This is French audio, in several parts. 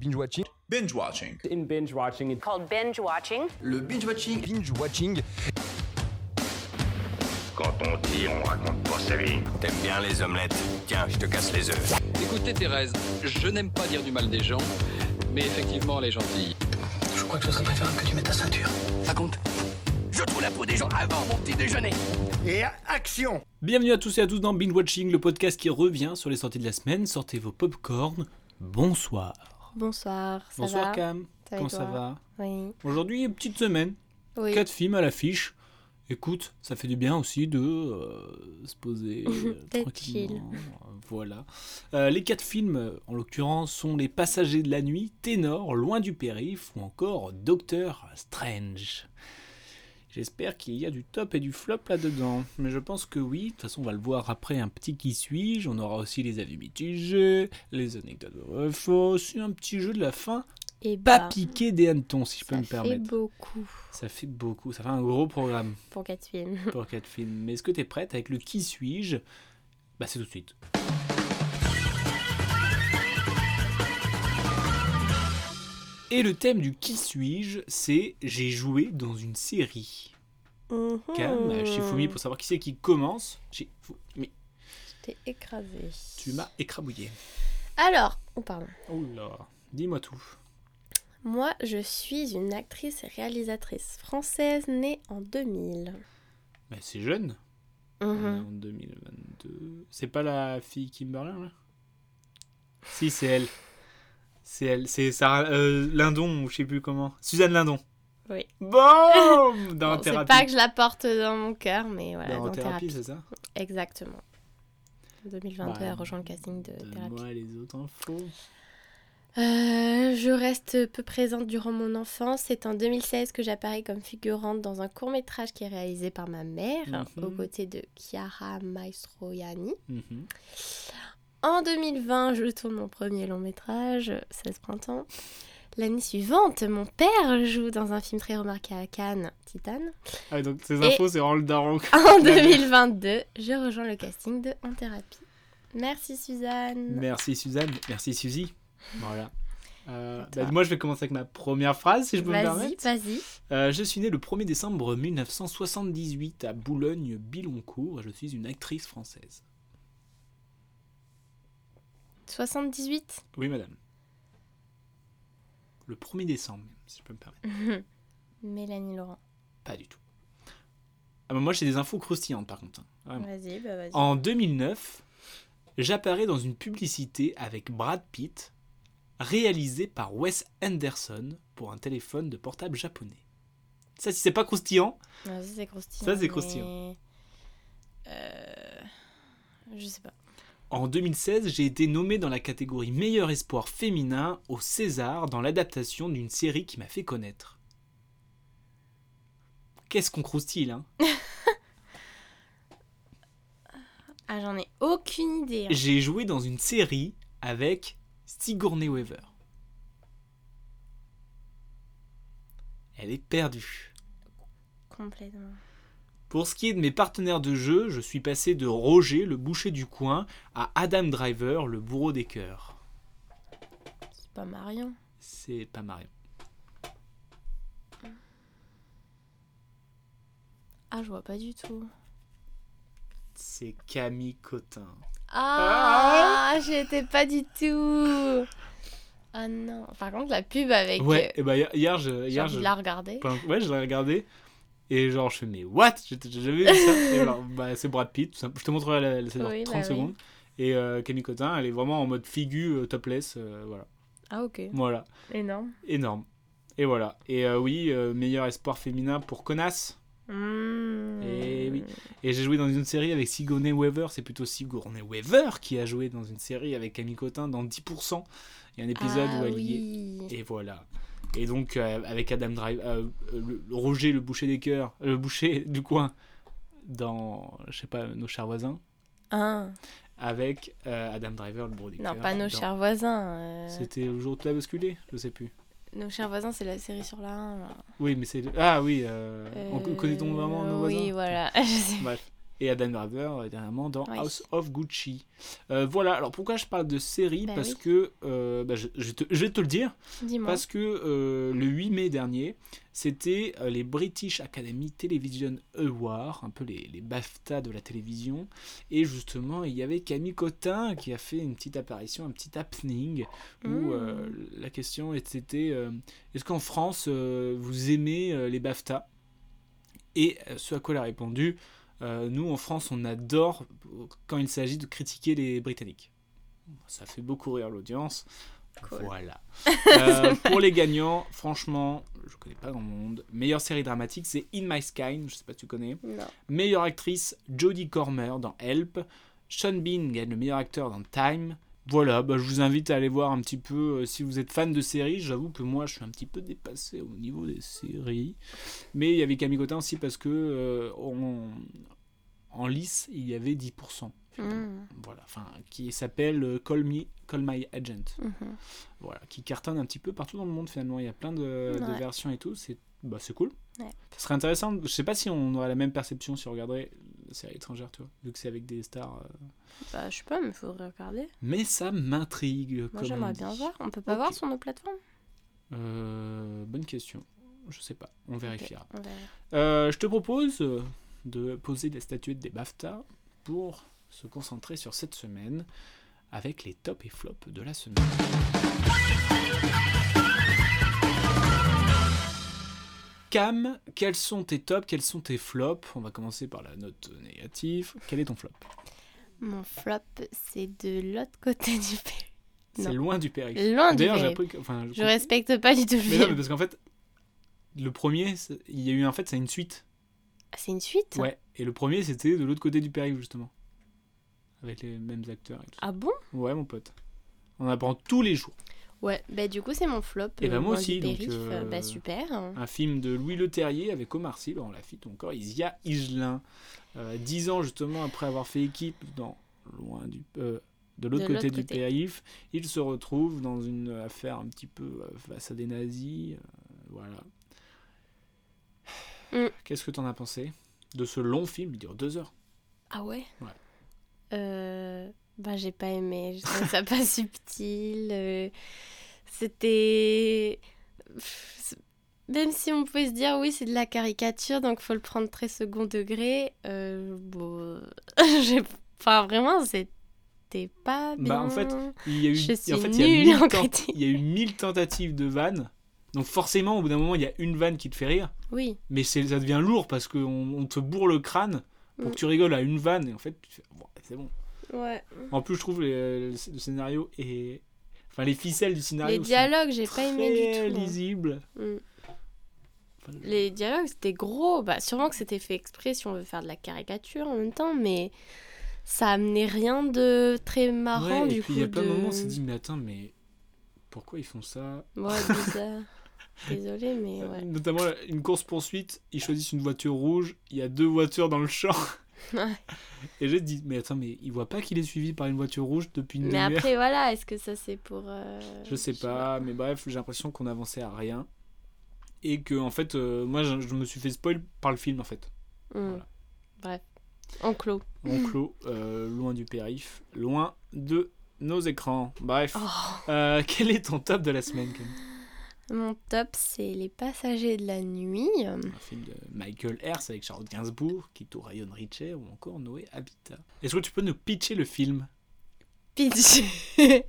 Binge watching. Binge watching. In binge watching, it's called binge watching. Le binge watching. Binge watching. Quand on dit, on raconte pas sa vie. T'aimes bien les omelettes Tiens, je te casse les œufs. Écoutez Thérèse, je n'aime pas dire du mal des gens, mais effectivement elle est gentille. Je crois que ce serait préférable que tu mettes ta ceinture. Raconte. Je trouve la peau des gens avant mon petit déjeuner. Et action Bienvenue à tous et à tous dans Binge Watching, le podcast qui revient sur les sorties de la semaine. Sortez vos popcorn. Bonsoir. Bonsoir. Ça Bonsoir va Cam. Ça va et Comment ça toi va Oui. Aujourd'hui, petite semaine. Oui. Quatre films à l'affiche. Écoute, ça fait du bien aussi de euh, se poser euh, D'être tranquillement. Voilà. Euh, les quatre films, euh, en l'occurrence, sont Les Passagers de la Nuit, Ténor, Loin du Périph ou encore Docteur Strange. J'espère qu'il y a du top et du flop là-dedans. Mais je pense que oui. De toute façon, on va le voir après un petit qui suis-je. On aura aussi les avis mitigés, les anecdotes vraies fausses, et un petit jeu de la fin. Et Pas bah, piqué des hannetons, si je peux ça me permettre. fait beaucoup Ça fait beaucoup. Ça fait un gros programme pour quatre films. pour quatre films. Mais est-ce que t'es prête avec le qui suis-je Bah c'est tout de suite. Et le thème du qui suis-je, c'est j'ai joué dans une série. Mhm. Cam, euh, chez Fumi, pour savoir qui c'est qui commence. Chez Fou- Mais T'es écrasé. tu m'as écrabouillé. Alors, oh, pardon. Oh là, dis-moi tout. Moi, je suis une actrice et réalisatrice française née en 2000. Mais c'est jeune. On est Mhm. en 2022. C'est pas la fille Kimberlin, là Si, c'est elle. C'est elle. C'est Sarah euh, Lindon, ou je sais plus comment. Suzanne Lindon. Oui. Boum Dans Bon, c'est Thérapie. pas que je la porte dans mon cœur, mais voilà, Dans dans, Thérapie, Thérapie. c'est ça Exactement. En 2022, Bah, elle rejoint le casting de Thérapie. Donne-moi les autres infos. Euh, je reste peu présente durant mon enfance. C'est en 2016 que j'apparais comme figurante dans un court métrage qui est réalisé par ma mère, Mhm. aux côtés de Chiara Maestroianni. Mhm. En 2020, je tourne mon premier long métrage, 16 printemps. L'année suivante, mon père joue dans un film très remarqué à Cannes, Titane. Ah, donc ces Et- infos, c'est vraiment le daron. quoi. En 2022, je rejoins le casting de En Thérapie. Merci Suzanne. Merci Suzanne. Merci Suzy. Voilà. Euh, Et bah, toi moi, je vais commencer avec ma première phrase, si je peux me Vas-y, permettre. vas-y. Euh, je suis né le 1er décembre 1978 à Boulogne-Billancourt et je suis une actrice française. 78 Oui, madame. Le 1er décembre, même, si je peux me permettre. Mélanie Laurent. Pas du tout. Ah, bah, moi, j'ai des infos croustillantes, par contre. hein. Vraiment. Vas-y, bah vas-y. En 2009, j'apparais dans une publicité avec Brad Pitt, réalisée par Wes Anderson pour un téléphone de portable japonais. Ça, si c'est pas croustillant, Non, ça c'est croustillant. Ça, c'est mais- croustillant. Euh, Je sais pas. En 2016, j'ai été nommé dans la catégorie meilleur espoir féminin au César dans l'adaptation d'une série qui m'a fait connaître. Qu'est-ce qu'on croustille, hein Ah, j'en ai aucune idée. hein. J'ai joué dans une série avec Sigourney Weaver. Elle est perdue. Complètement. Pour ce qui est de mes partenaires de jeu, je suis passé de Roger, le boucher du coin, à Adam Driver, le bourreau des cœurs. C'est pas Marion. C'est pas Marion. Ah, je vois pas du tout. C'est Camille Cotin. Ah, j'étais pas du tout. Ah non. Par contre, la pub avec. Ouais, euh, et bah hier, hier, je, J'ai hier envie je, de la regarder. enfin, ouais, je l'ai regardé et genre je fais mais what J'ai j'ai jamais vu ça. Et alors, bah, c'est Brad Pitt, tout simple. je te montrerai la, la- c'est dans Oui, bah 30 oui. secondes. Et euh, Camille Cotin, elle est vraiment en mode figure euh, topless, euh, voilà. Ah, ok. Voilà, Énorme. énorme. Et voilà. Et euh, oui, euh, meilleur espoir féminin pour Connasse. Mmh. Eh oui. Et j'ai joué dans une série avec Sigourney Weaver, c'est plutôt Sigourney Weaver qui a joué dans une série avec Camille Cotin dans 10%. Il y a un épisode Ah, où elle y est. oui. Et voilà. Et donc, euh, avec Adam Driver, euh, euh, le- le Roger, le boucher des cœurs, euh, le boucher du coin, dans, je sais pas, nos chers voisins, Ah, avec euh, Adam Driver, le bourreau des non, cœurs, pas dans- nos chers voisins. euh, C'était le jour où tout a basculé Je sais plus. Nos chers voisins, c'est la série sur la 1. là. Oui, mais c'est. Ah oui, euh, on Euh, connaît-on vraiment nos voisins Oui, Euh, voilà. Je sais Bref. et Adam Driver euh, dernièrement dans Oui. House of Gucci. Euh, voilà, alors pourquoi je parle de série Bah Parce oui. que, euh, bah, je, je te- je vais te le dire, Dis-moi. parce que euh, le 8 mai dernier, c'était euh, les British Academy Television Awards, un peu les, les BAFTA de la télévision. Et justement, il y avait Camille Cotin qui a fait une petite apparition, un petit happening, où Mm. euh, la question était euh, est-ce qu'en France, euh, vous aimez euh, les BAFTA Et euh, ce à quoi elle a répondu euh, nous en France, on adore quand il s'agit de critiquer les Britanniques. Ça fait beaucoup rire l'audience. Cool. Voilà. Euh, pour les gagnants, franchement, je connais pas grand monde. Meilleure série dramatique, c'est In My Sky, je sais pas si tu connais. Non. Meilleure actrice, Jodie Cormer dans Help. Sean Bean gagne le meilleur acteur dans Time. Voilà, bah, je vous invite à aller voir un petit peu euh, si vous êtes fan de séries. J'avoue que moi, je suis un petit peu dépassé au niveau des séries. Mais il y avait Camille Cotin aussi parce que euh, on- en lice, il y avait 10%. Mm. Voilà, enfin, qui s'appelle euh, Call, Me- Call My Agent. Mhm. Voilà, qui cartonne un petit peu partout dans le monde finalement. Il y a plein de, de Ouais. versions et tout. C'est bah, c'est cool. Ouais. Ça serait intéressant. Je sais pas si on aurait la même perception si on regardait la série étrangère, tu vois, vu que c'est avec des stars. euh. Bah, je sais pas, mais faudrait regarder. Mais ça m'intrigue. Moi, comme on j'aimerais dit. bien voir. On peut pas Ok. voir sur nos plateformes Euh, bonne question. Je sais pas. On vérifiera. On verra. Euh, je te propose euh, de poser la statuette des BAFTA pour se concentrer sur cette semaine avec les tops et flops de la semaine. Cam, quels sont tes tops, quels sont tes flops On va commencer par la note négative. Quel est ton flop Mon flop, c'est de l'autre côté du pays. C'est Non. loin du périph. Loin du D'ailleurs, j'ai pays. appris que. Enfin, je Je respecte pas du tout le mais non, mais film. parce qu'en fait, le premier, c'est- il y a eu en fait, c'est une suite. Ah, C'est une suite Ouais, et le premier c'était de l'autre côté du périph' justement. Avec les mêmes acteurs et tout. ça. Ah bon Ouais, mon pote. On apprend tous les jours. Ouais, bah du coup c'est mon flop. Eh ben, euh, moi Loin aussi, du donc, périph', euh, euh, Bah super. Un film de Louis Leterrier avec Omar Sy, Laurent Lafitte, ou encore Isia Higelin. Euh, Dix ans justement après avoir fait équipe dans Loin du. euh, de l'autre De côté l'autre du côté. périph', il se retrouve dans une affaire un petit peu euh, face à des nazis. euh, voilà. Mm. Qu'est-ce que t'en as pensé de ce long film Il dure deux heures. Ah ouais Ouais. Euh, bah j'ai pas aimé. Je trouvais ça pas subtil. euh, C'était. Pff, c'est- Même si on pouvait se dire oui c'est de la caricature donc faut le prendre très second degré. euh, bon, j'ai- Enfin vraiment c'était pas bien. Bah, en fait, Il y a eu, Je et suis en fait, il y a nulle mille en tent- critique. il y a eu mille tentatives de vannes. Donc forcément, au bout d'un moment, il y a une vanne qui te fait rire. Oui. Mais c'est- ça devient lourd parce qu'on on te bourre le crâne pour Mm. que tu rigoles à une vanne. Et en fait, tu fais, Bon, c'est bon. Ouais. En plus, je trouve les- le, le scénario est... Enfin, les ficelles du scénario Les dialogues j'ai sont pas aimé très du tout. hein. lisibles. Mm. Enfin, je- Les dialogues, c'était gros. Bah, sûrement que c'était fait exprès si on veut faire de la caricature en même temps, mais ça amenait rien de très marrant Ouais, du et puis coup. il y a plein de moments où on de- s'est dit, mais attends, mais pourquoi ils font ça Ouais, bizarre. Désolée, mais ouais. Notamment une course-poursuite, ils choisissent une voiture rouge, il y a deux voitures dans le champ. Ouais. Et je dis, mais attends, mais il voit pas qu'il est suivi par une voiture rouge depuis une Mais demi-heure. après, voilà, est-ce que ça c'est pour. euh, Je sais pas, mais bref, j'ai l'impression qu'on avançait à rien. Et que, en fait, euh, moi, je, je me suis fait spoil par le film, en fait. Hmm. Voilà. Bref. On clôt. On clôt, euh, loin du périph', loin de nos écrans. Bref, Oh, Euh, quel est ton top de la semaine, Cam mon top, c'est Les Passagers de la Nuit. Un film de Michael Hers avec Charlotte Gainsbourg, Kito Ryan Richer ou encore Noé Habitat. Est-ce que tu peux nous pitcher le film, Pitch. s'il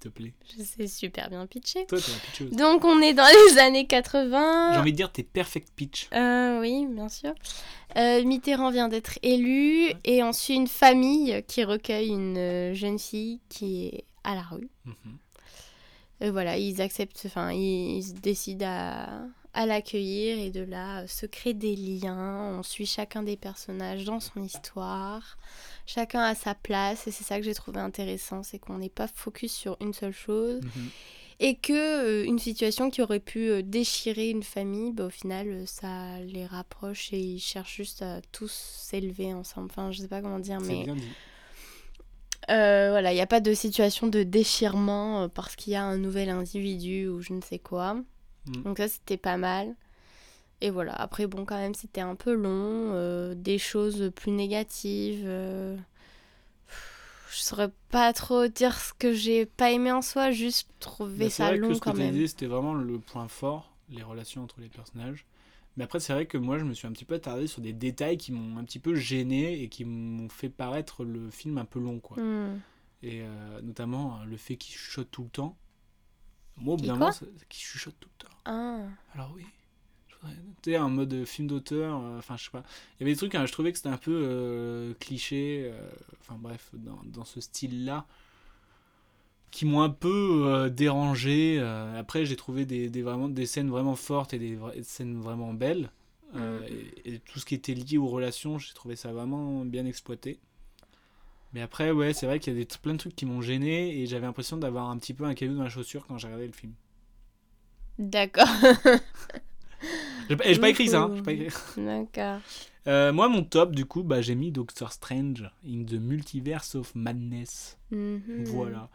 te plaît Je sais super bien pitcher. Toi, t'es la pitcheuse. Donc, on est dans les années 80. J'ai envie de dire, t'es perfect pitch. Euh, oui, bien sûr. Euh, Mitterrand vient d'être élu et on suit une famille qui recueille une euh, jeune fille qui est à la rue. Mhm. Euh, voilà, ils acceptent, enfin, ils, ils se décident à, à l'accueillir et de là euh, se créent des liens. On suit chacun des personnages dans son histoire. Chacun a sa place et c'est ça que j'ai trouvé intéressant, c'est qu'on n'est pas focus sur une seule chose Mhm. et que euh, une situation qui aurait pu euh, déchirer une famille, bah, au final euh, ça les rapproche et ils cherchent juste à tous s'élever ensemble. Enfin, je sais pas comment dire, C'est mais bien dit. euh, voilà, il n'y a pas de situation de déchirement euh, parce qu'il y a un nouvel individu ou je ne sais quoi. Mm. Donc ça c'était pas mal. Et voilà, après bon quand même c'était un peu long, euh, des choses plus négatives. euh, pff, Je saurais pas trop dire ce que j'ai pas aimé en soi, juste trouver Bah, c'est ça vrai que long ce que quand tu même. disais, c'était vraiment le point fort, les relations entre les personnages. Mais après, c'est vrai que moi, je me suis un petit peu attardé sur des détails qui m'ont un petit peu gêné et qui m'ont fait paraître le film un peu long, quoi. Hmm. Et euh, notamment euh, le fait qu'il chuchote tout le temps. Moi, au bout Qu'il d'un quoi moment, ça- qu'il chuchote tout le temps. Ah. Alors oui, je voudrais- tu sais, un mode film d'auteur, euh, enfin je sais pas. Il y avait des trucs, hein, je trouvais que c'était un peu euh, cliché, euh, enfin bref, dans, dans ce style-là, qui m'ont un peu euh, dérangé. Euh, après, j'ai trouvé des, des vraiment, des scènes vraiment fortes et des, vra- des scènes vraiment belles. Euh, et, et tout ce qui était lié aux relations, j'ai trouvé ça vraiment bien exploité. Mais après, ouais, c'est vrai qu'il y a des, t- plein de trucs qui m'ont gêné et j'avais l'impression d'avoir un petit peu un caillou dans la chaussure quand j'ai regardé le film. D'accord. J'ai pas, et j'ai pas écrit ça, hein, j'ai pas écrit. D'accord. Euh, moi, mon top, du coup, bah, j'ai mis Doctor Strange in the Multiverse of Madness. Mhm. Voilà.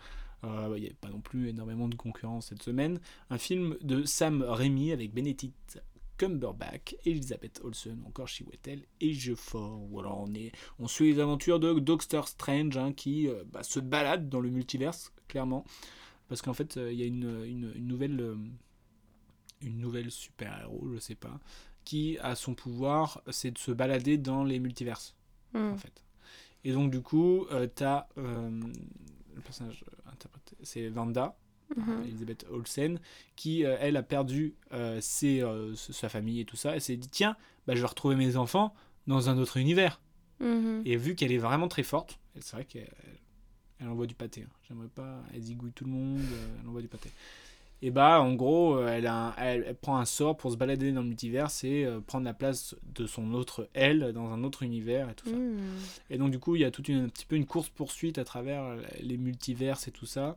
Euh, bah, Il n'y a pas non plus énormément de concurrence cette semaine. Un film de Sam Raimi avec Benedict Cumberbatch, Elizabeth Olsen, encore Chiwetel et Jefford. Voilà, on, est, on suit les aventures de Doctor Strange hein, qui euh, bah, se balade dans le multiverse, clairement. Parce qu'en fait, euh, il y a une, une- une nouvelle, euh, une nouvelle super-héros, je sais pas, qui a son pouvoir, c'est de se balader dans les multiverses Hmm. en fait. Et donc, du coup, euh, t'as euh, le personnage euh, interprété, c'est Vanda, Mhm. Elisabeth Olsen, qui, euh, elle, a perdu euh, ses, euh, s- sa famille et tout ça. Elle s'est dit, tiens, bah, je vais retrouver mes enfants dans un autre univers. Mhm. Et vu qu'elle est vraiment très forte, et c'est vrai qu'elle elle- elle envoie du pâté. hein. J'aimerais pas, elle zigouille tout le monde, euh, elle envoie du pâté. Et bah, en gros, euh, elle, a un- elle, elle prend un sort pour se balader dans le multivers et euh, prendre la place de son autre elle dans un autre univers et tout ça. Mhm. Et donc du coup, il y a toute une un petit peu une course poursuite à travers euh, les multiverses et tout ça.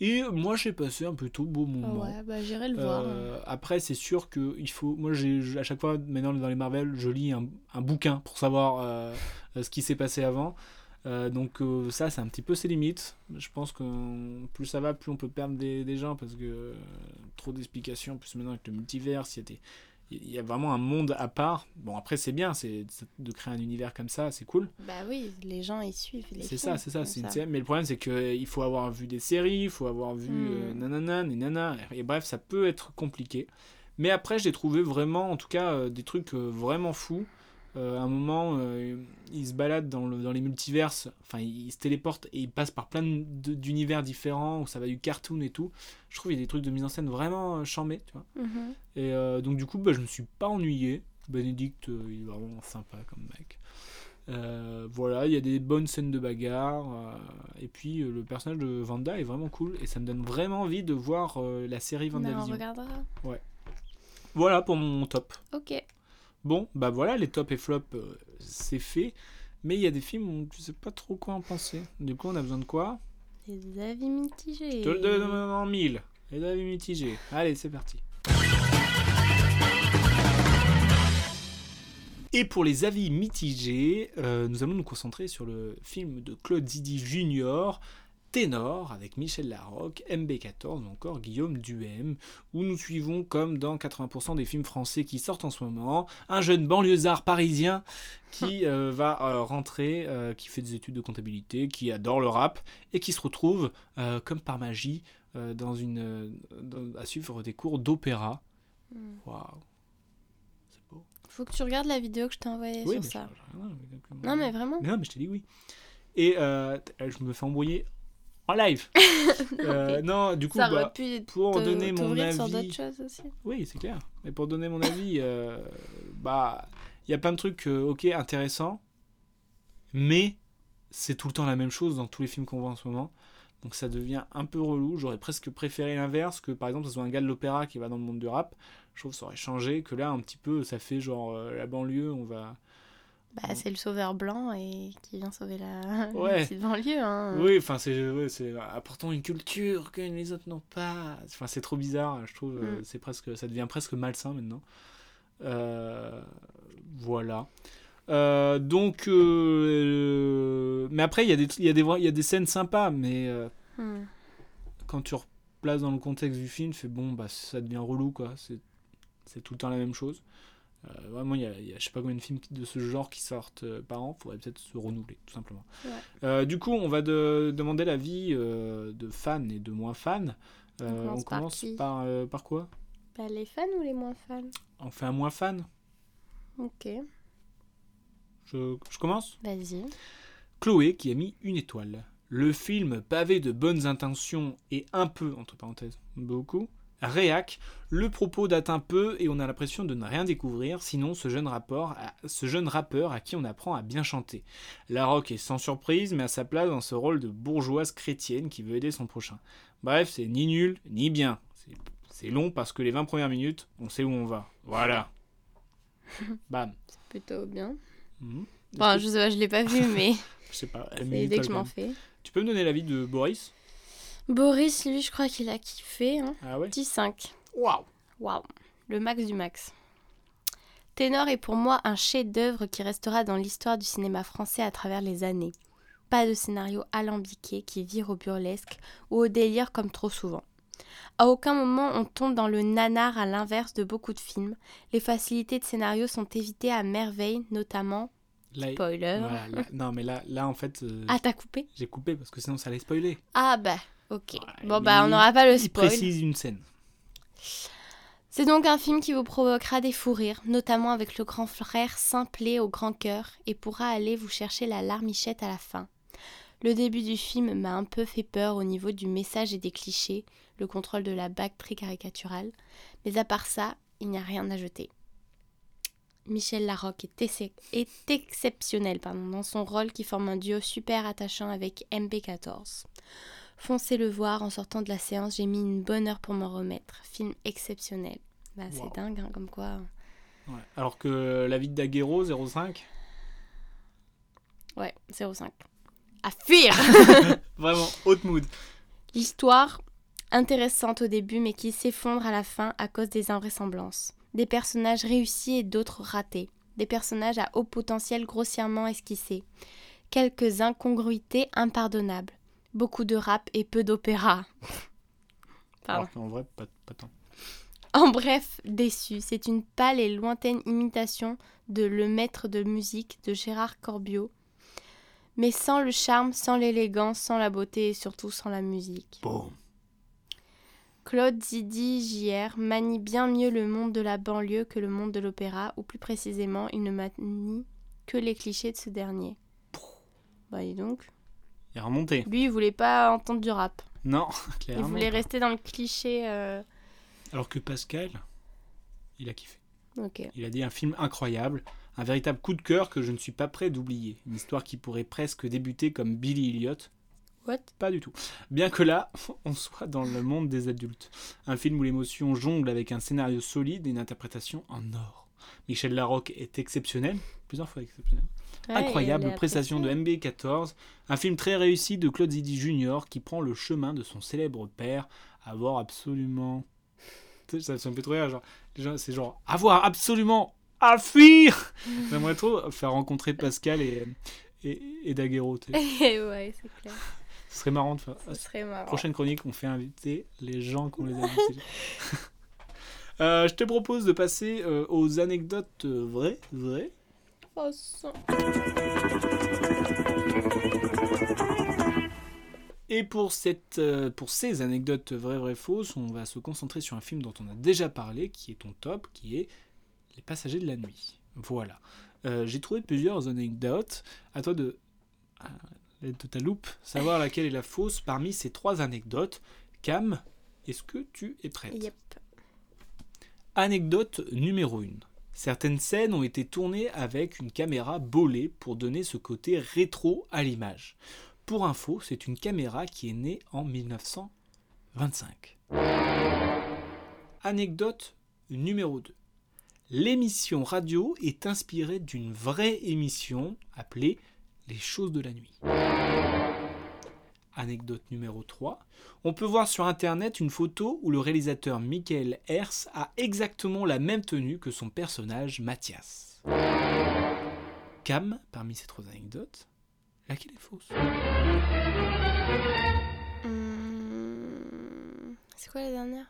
Et moi, j'ai passé un plutôt beau moment. Ouais, bah j'irai le voir. Euh, après, c'est sûr que il faut. Moi, j'ai je- à chaque fois maintenant dans les Marvel, je lis un, un bouquin pour savoir euh, euh, ce qui s'est passé avant. Euh, donc euh, ça, c'est un petit peu ses limites. Je pense que on- plus ça va, plus on peut perdre des, des gens parce que euh, trop d'explications. En Plus maintenant avec le multivers, il y a des- il y a vraiment un monde à part. Bon, après, c'est bien, c'est c'est- de créer un univers comme ça, c'est cool. Bah oui, les gens ils suivent. les C'est films, ça, c'est ça, comme c'est une série. Mais le problème, c'est qu'il faut avoir vu des séries, il faut avoir vu Hmm. euh, nanana, nanana. Et bref, ça peut être compliqué. Mais après, j'ai trouvé vraiment, en tout cas, euh, des trucs euh, vraiment fous. Euh, à un moment, euh, il se balade dans, le- dans les multiverses, enfin, il, il se téléporte et il passe par plein de- d'univers différents où ça va du cartoon et tout. Je trouve qu'il y a des trucs de mise en scène vraiment euh, charmés, tu vois. Mhm. Et euh, donc du coup, bah, je me suis pas ennuyé. Bénédicte, euh, il est vraiment sympa comme mec. Euh, voilà, il y a des bonnes scènes de bagarre. euh, et puis euh, le personnage de Vanda est vraiment cool. Et ça me donne vraiment envie de voir euh, la série Bah, on Vandavision. regardera. Voilà pour mon top. Ok. Bon, bah voilà, les tops et flops, euh, c'est fait. Mais il y a des films où tu sais pas trop quoi en penser. Du coup, on a besoin de quoi Les avis mitigés. Je te le donne en mille. Et d'avis mitigé. Allez, c'est parti. Et pour les avis mitigés, euh, nous allons nous concentrer sur le film de Claude Zidi Junior, Ténor, avec Michel Larocque, MB14 ou encore Guillaume Duhem, où nous suivons, comme dans 80% des films français qui sortent en ce moment, un jeune banlieusard parisien qui euh, va euh, rentrer, euh, qui fait des études de comptabilité, qui adore le rap et qui se retrouve euh, comme par magie, euh, dans une, euh, dans- à suivre des cours d'opéra. Mm. Waouh, c'est beau. Faut que tu regardes la vidéo que je t'ai envoyée Oui, sur mais ça. je- non, mais donc, euh, Non mais vraiment. non, mais je t'ai dit oui. Et euh, t- euh, je me fais embrouiller en live. Euh, non, du coup, ça bah, aurait pu pour te- donner mon t'ouvrir sur d'autres avis, choses aussi. oui, c'est clair. Mais pour donner mon avis, euh, bah, il y a plein de trucs, euh, ok, intéressants, mais c'est tout le temps la même chose dans tous les films qu'on voit en ce moment. Donc ça devient un peu relou. J'aurais presque préféré l'inverse, que par exemple, ce soit un gars de l'opéra qui va dans le monde du rap. Je trouve que ça aurait changé, que là, un petit peu, ça fait genre euh, la banlieue, on va. Bah c'est le sauveur blanc et qui vient sauver la Ouais. petite banlieue. Hein. Oui, enfin, c'est ouais, c'est- apportons une culture que les autres n'ont pas. Enfin, c'est trop bizarre, je trouve. euh, Mm. C'est presque, ça devient presque malsain maintenant. Euh, voilà. Euh, donc, euh, mais après, il y, a des- il y, a des vrais- il y a des scènes sympas, mais euh, Hmm. quand tu replaces dans le contexte du film, tu fais bon, bah ça devient relou quoi. C'est c'est tout le temps la même chose. Euh, vraiment, il y a, il y a je sais pas combien de films de ce genre qui sortent euh, par an. Faudrait peut-être se renouveler, tout simplement. Ouais. Euh, du coup, on va de- demander l'avis euh, de fans et de moins fans. Euh, On commence par qui par, euh, par quoi Bah, les fans ou les moins fans On fait un moins fan Ok, je, je commence vas-y. Chloé qui a mis une étoile. Le film pavé de bonnes intentions et un peu, entre parenthèses, beaucoup, réac, le propos date un peu et on a l'impression de ne rien découvrir, sinon ce jeune, rapport à- ce jeune rappeur à qui on apprend à bien chanter. La rock est sans surprise, mais à sa place dans ce rôle de bourgeoise chrétienne qui veut aider son prochain. Bref, c'est ni nul, ni bien. C'est- C'est long parce que les 20 premières minutes, on sait où on va. Voilà. Bam. Plutôt bien. Mhm. Enfin, je sais pas, je l'ai pas vu, mais Je sais pas. elle met une c'est dès étoile que je quand m'en même. fais. Tu peux me donner l'avis de Boris Boris, lui, je crois qu'il a kiffé. Hein. Ah ouais Petit 5. Waouh Waouh, le max du max. Ténor est pour moi un chef-d'œuvre qui restera dans l'histoire du cinéma français à travers les années. Pas de scénario alambiqué qui vire au burlesque ou au délire comme trop souvent. À aucun moment on tombe dans le nanar à l'inverse de beaucoup de films. Les facilités de scénario sont évitées à merveille, notamment Là, spoiler. voilà, là- non mais là, là en fait, euh, Ah, t'as coupé j'ai coupé parce que sinon ça allait spoiler. Ah, bah, ok. Ouais, bon, mais bah, on n'aura pas le Il spoil. précise une scène. C'est donc un film qui vous provoquera des fous rires, notamment avec le grand frère simplé au grand cœur, et pourra aller vous chercher la larmichette à la fin. Le début du film m'a un peu fait peur au niveau du message et des clichés, le contrôle de la bague très caricaturale, mais à part ça, il n'y a rien à jeter. Michel Larocque est, ex- est exceptionnel pardon, dans son rôle qui forme un duo super attachant avec MP14. Foncez le voir en sortant de la séance, j'ai mis une bonne heure pour m'en remettre. Film exceptionnel. Bah, Wow. C'est dingue, hein, comme quoi. Ouais. Alors que la vie de Daguerreau 05, Ouais, 0,5. À fuir vraiment haute mood. L'histoire, intéressante au début, mais qui s'effondre à la fin à cause des invraisemblances. Des personnages réussis et d'autres ratés. Des personnages à haut potentiel grossièrement esquissés. Quelques incongruités impardonnables. Beaucoup de rap et peu d'opéra. Pardon. Alors qu'en vrai, pas, pas tant. En bref, déçu, c'est une pâle et lointaine imitation de Le Maître de musique de Gérard Corbiot, mais sans le charme, sans l'élégance, sans la beauté et surtout sans la musique. Bon. Claude Zidi JR manie bien mieux le monde de la banlieue que le monde de l'opéra, ou plus précisément, il ne manie que les clichés de ce dernier. Bah dis donc, Il a remonté. lui il voulait pas entendre du rap, Non, il clairement. voulait pas. rester dans le cliché. euh, Alors que Pascal, il a kiffé. Ok. Il a dit un film incroyable, un véritable coup de cœur que je ne suis pas prêt d'oublier. Une histoire qui pourrait presque débuter comme Billy Elliot, What Pas du tout. Bien que là, on soit dans le monde des adultes. Un film où l'émotion jongle avec un scénario solide et une interprétation en or. Michel Larocque est exceptionnel, plusieurs fois exceptionnel. Ouais, il Incroyable a prestation de apprécié. MB14, un film très réussi de Claude Zidi Jr. qui prend le chemin de son célèbre père, à voir absolument. Tu sais, Ça, ça me fait trop rire, genre, les gens, c'est genre, avoir absolument à fuir J'aimerais trop faire rencontrer Pascal et, et, et Daguerreau. tu sais. ouais, c'est clair. Ce serait marrant de faire. Ce serait marrant. Prochaine chronique, on fait inviter les gens qu'on les a invités. Euh, je te propose de passer euh, aux anecdotes euh, vraies, vraies. Oh, sang. Et pour, cette, euh, pour ces anecdotes vraies, vraies, fausses, on va se concentrer sur un film dont on a déjà parlé, qui est ton top, qui est Les Passagers de la Nuit. Voilà. Euh, J'ai trouvé plusieurs anecdotes. À toi de, à l'aide de ta loupe, savoir laquelle est la fausse parmi ces trois anecdotes. Cam, est-ce que tu es prête Yep. Anecdote numéro 1. Certaines scènes ont été tournées avec une caméra bolée pour donner ce côté rétro à l'image. Pour info, c'est une caméra qui est née en 1925. Anecdote numéro 2. L'émission radio est inspirée d'une vraie émission appelée Les choses de la nuit. Anecdote numéro 3. On peut voir sur internet une photo où le réalisateur Michael Hers a exactement la même tenue que son personnage Mathias. Cam, parmi ces trois anecdotes, laquelle est fausse Hmm, C'est quoi la dernière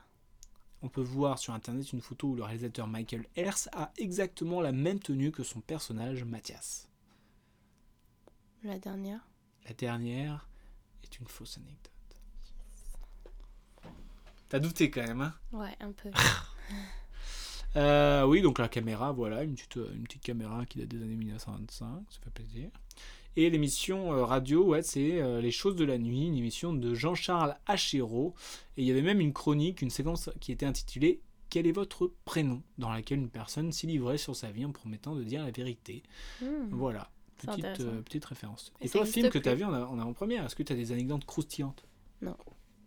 on peut voir sur internet une photo où le réalisateur Michael Hers a exactement la même tenue que son personnage Mathias. La dernière. La dernière est une fausse anecdote. T'as douté quand même, hein Ouais, un peu. Euh, oui, donc la caméra, voilà, une petite, euh, une petite caméra qui date des années 1925, ça fait plaisir. Et l'émission euh, radio, ouais, c'est euh, Les choses de la nuit, une émission de Jean-Charles Achéro. Et il y avait même une chronique, une séquence qui était intitulée Quel est votre prénom dans laquelle une personne s'y livrait sur sa vie en promettant de dire la vérité. Hmm. Voilà, petite, intéressant. euh, petite référence. Mais Et ça toi, existe film que plus. tu as vu en, en avant-première, est-ce que tu as des anecdotes croustillantes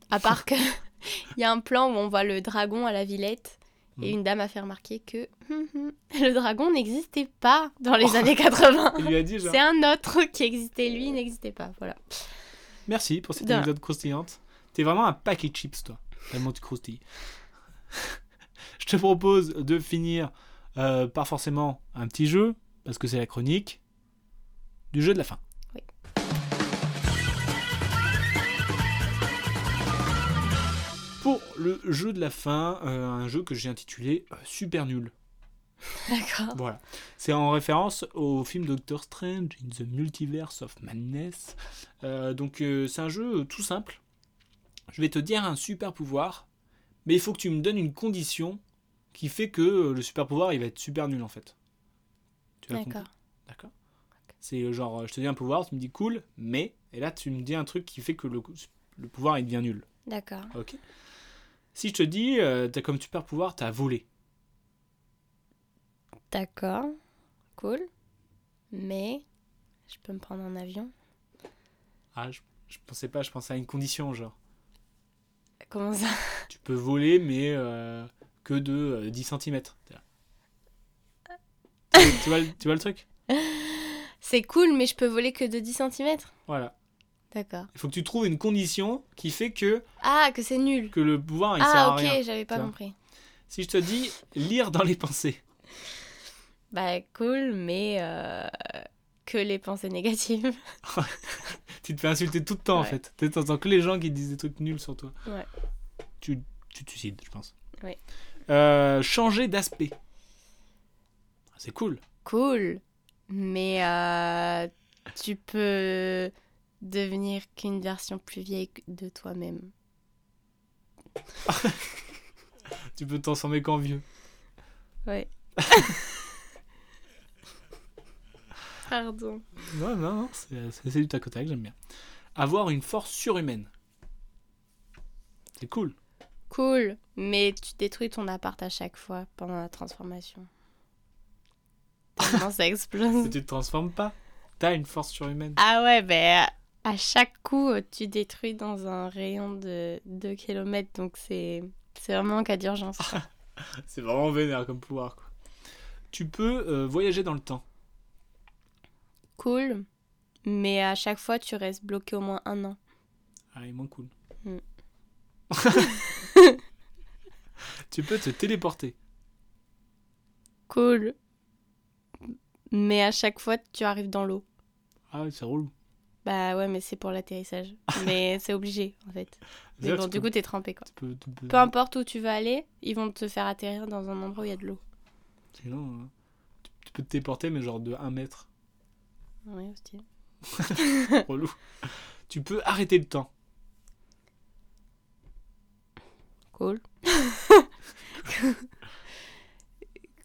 À part que il y a un plan où on voit le dragon à la Villette et Hmm. une dame a fait remarquer que hum, hum, le dragon n'existait pas dans Oh. les années 80. Il lui a dit, genre, C'est un autre qui existait, lui il n'existait pas. Voilà. merci pour cette De rien. anecdote croustillante. T'es vraiment un paquet de chips, toi. Tellement tu croustilles. Je te propose de finir euh, par forcément un petit jeu, parce que c'est la chronique du jeu de la fin. Oui. Pour le jeu de la fin, euh, un jeu que j'ai intitulé euh, Super Nul. D'accord. Voilà. C'est en référence au film Doctor Strange in the Multiverse of Madness. Euh, donc euh, c'est un jeu euh, tout simple. Je vais te dire un super pouvoir, mais il faut que tu me donnes une condition qui fait que euh, le super pouvoir il va être super nul en fait. Tu as compris D'accord. D'accord. C'est euh, genre euh, je te dis un pouvoir, tu me dis cool, mais et là tu me dis un truc qui fait que le, le pouvoir il devient nul. D'accord. Ok. Si je te dis euh, t'as comme super pouvoir t'as volé. D'accord. Cool. Mais je peux me prendre un avion. Ah je, je pensais pas, je pensais à une condition genre. Comment ça tu peux voler, mais euh, que de euh, 10 cm. tu, vois, le- tu vois le truc C'est cool, mais je peux voler que de 10 cm. Voilà. D'accord. Il faut que tu trouves une condition qui fait que, Ah, que c'est nul. que le pouvoir il sert Ah, à rien. ok, j'avais pas tu vois. compris. Si je te dis lire dans les pensées, Bah, cool, mais euh, que les pensées négatives. tu te fais insulter tout le temps en Ouais. fait. Tu t'entends que les gens qui disent des trucs nuls sur toi. Ouais. Tu tu te suicides, je pense. Oui. Euh, changer d'aspect. C'est cool. Cool, mais euh, tu peux devenir qu'une version plus vieille de toi-même. Tu peux te transformer qu'en vieux. Ouais. Pardon. Non, non, non, c'est c'est- c'est du tac au tac, j'aime bien. Avoir une force surhumaine. C'est cool. Cool, mais tu détruis ton appart à chaque fois pendant la transformation. Comment ça Si explose tu te transformes pas, t'as une force surhumaine. Ah ouais, ben à chaque coup, tu détruis dans un rayon de 2 km, donc c'est c'est vraiment en cas d'urgence. quoi. C'est vraiment vénère comme pouvoir, quoi. Tu peux euh, voyager dans le temps. Cool, mais à chaque fois, tu restes bloqué au moins un an. Ah, il est moins cool. Mm. tu peux te téléporter. Cool. Mais à chaque fois, tu arrives dans l'eau. Ah, ouais, c'est relou. Bah ouais, mais c'est pour l'atterrissage. mais c'est obligé, en fait. Mais D'ailleurs, bon, tu du peux- coup, t'es trempé, quoi. tu peux- tu peux- Peu importe où tu vas aller, ils vont te faire atterrir dans un endroit où il y a de l'eau. sinon, euh, tu- tu peux te téléporter, mais genre de 1 mètre. Ouais, aussi. relou. Tu peux arrêter le temps. Cool.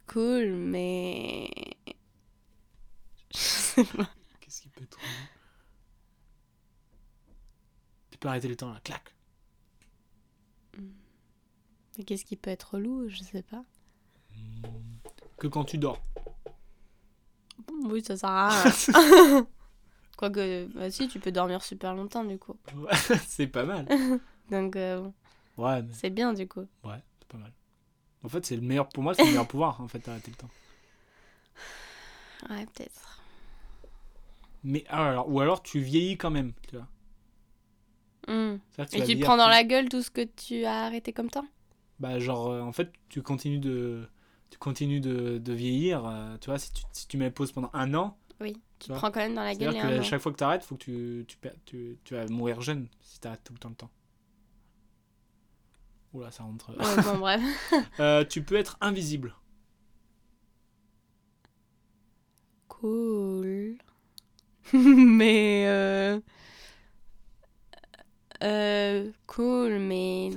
cool, mais... Je sais pas. Qu'est-ce qui peut être relou Tu peux arrêter le temps, là. Clac Mais Qu'est-ce qui peut être relou Je sais pas. Hmm. que quand tu dors. Oui, ça sert à rien. Quoique, bah si, tu peux dormir super longtemps, du coup. c'est pas mal. Donc, euh, bon, Ouais, mais c'est bien, du coup. ouais, c'est pas mal. En fait, c'est le meilleur pour moi, c'est le meilleur pouvoir en fait d'arrêter le temps. Ouais, peut-être. Mais ah, alors ou alors tu vieillis quand même, tu vois. Hmm. C'est-à-dire que Et vas tu vieillir prends dans plus- la gueule tout ce que tu as arrêté comme temps Bah genre euh, en fait, tu continues de tu continues de, de vieillir, euh, tu vois, si tu, si tu mets pause pendant un an, Oui, tu vois. prends quand même dans la gueule c'est-à-dire et que un à an. chaque fois que t'arrêtes, faut que tu tu, perds- tu tu vas mourir jeune si t'arrêtes tout le temps le temps. Oula, ça rentre. Ouais, bon, bref. Euh, tu peux être invisible. Cool. mais. Euh... euh, cool, mais.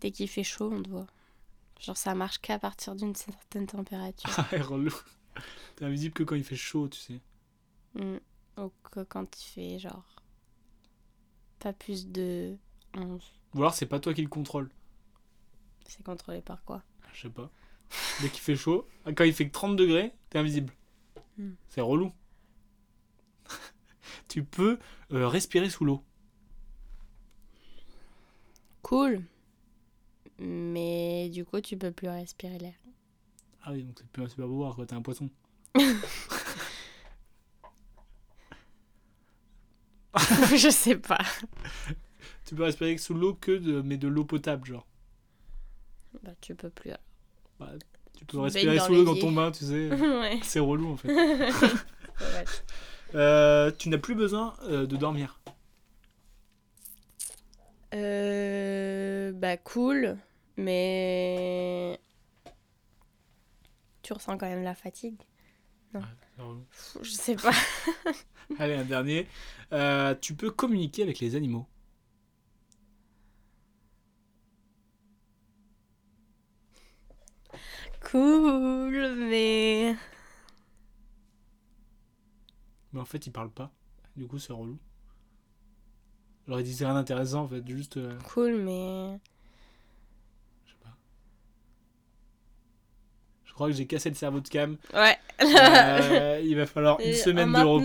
Dès qu'il fait chaud, on te voit. Genre, ça marche qu'à partir d'une certaine température. Ah, relou. T'es invisible que quand il fait chaud, tu sais. Mm. Ou que quand il fait, genre. Pas plus de 11. Ou alors c'est pas toi qui le contrôle. C'est contrôlé par quoi Je sais pas. Dès qu'il fait chaud, ah, quand il fait que 30 degrés, t'es invisible. Hmm. C'est relou. tu peux euh, respirer sous l'eau. Cool. Mais du coup, tu peux plus respirer l'air. Ah oui, donc c'est plus un super pouvoir, quoi. T'es un poisson. Je sais pas. Tu peux respirer sous l'eau que de, mais de l'eau potable, genre. Bah, Bah, tu peux plus. Tu te peux baignes respirer dans sous l'eau dans l'évier. ton bain, tu sais. ouais. c'est relou en fait. Ouais. Euh, tu n'as plus besoin euh, de dormir. Euh, bah cool, mais tu ressens quand même la fatigue. Pff, Je sais pas. Allez, un dernier. Euh, tu peux communiquer avec les animaux. Cool, mais Mais en fait, ils parlent pas. Du coup, c'est relou. J'aurais dit c'est rien d'intéressant en fait, juste. euh, cool, mais je sais pas. Je crois que j'ai cassé le cerveau de Cam. ouais. Euh, il va falloir une Et semaine en de repos.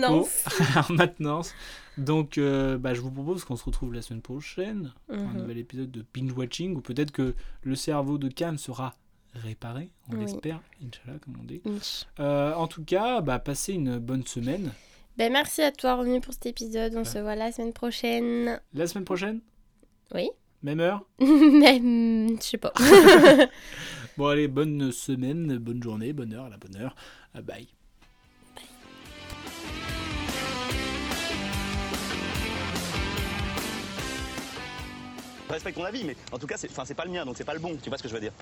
maintenance. en maintenance. Donc, euh, bah, je vous propose qu'on se retrouve la semaine prochaine pour un Mhm. nouvel épisode de Binge Watching où peut-être que le cerveau de Cam sera réparé, on Oui. l'espère, Inch'Allah, comme on dit. Mich. Euh, en tout cas, bah, passez une bonne semaine. Ben merci à toi Romu pour cet épisode. On se voit la semaine prochaine. La semaine prochaine Oui. Même heure Mais hmm, je sais pas. Bon, allez, bonne semaine, bonne journée, bonne heure, à la bonne heure. Euh, bye. Je respecte ton avis, mais en tout cas, c'est enfin, c'est pas le mien, donc c'est pas le bon. Tu vois ce que je veux dire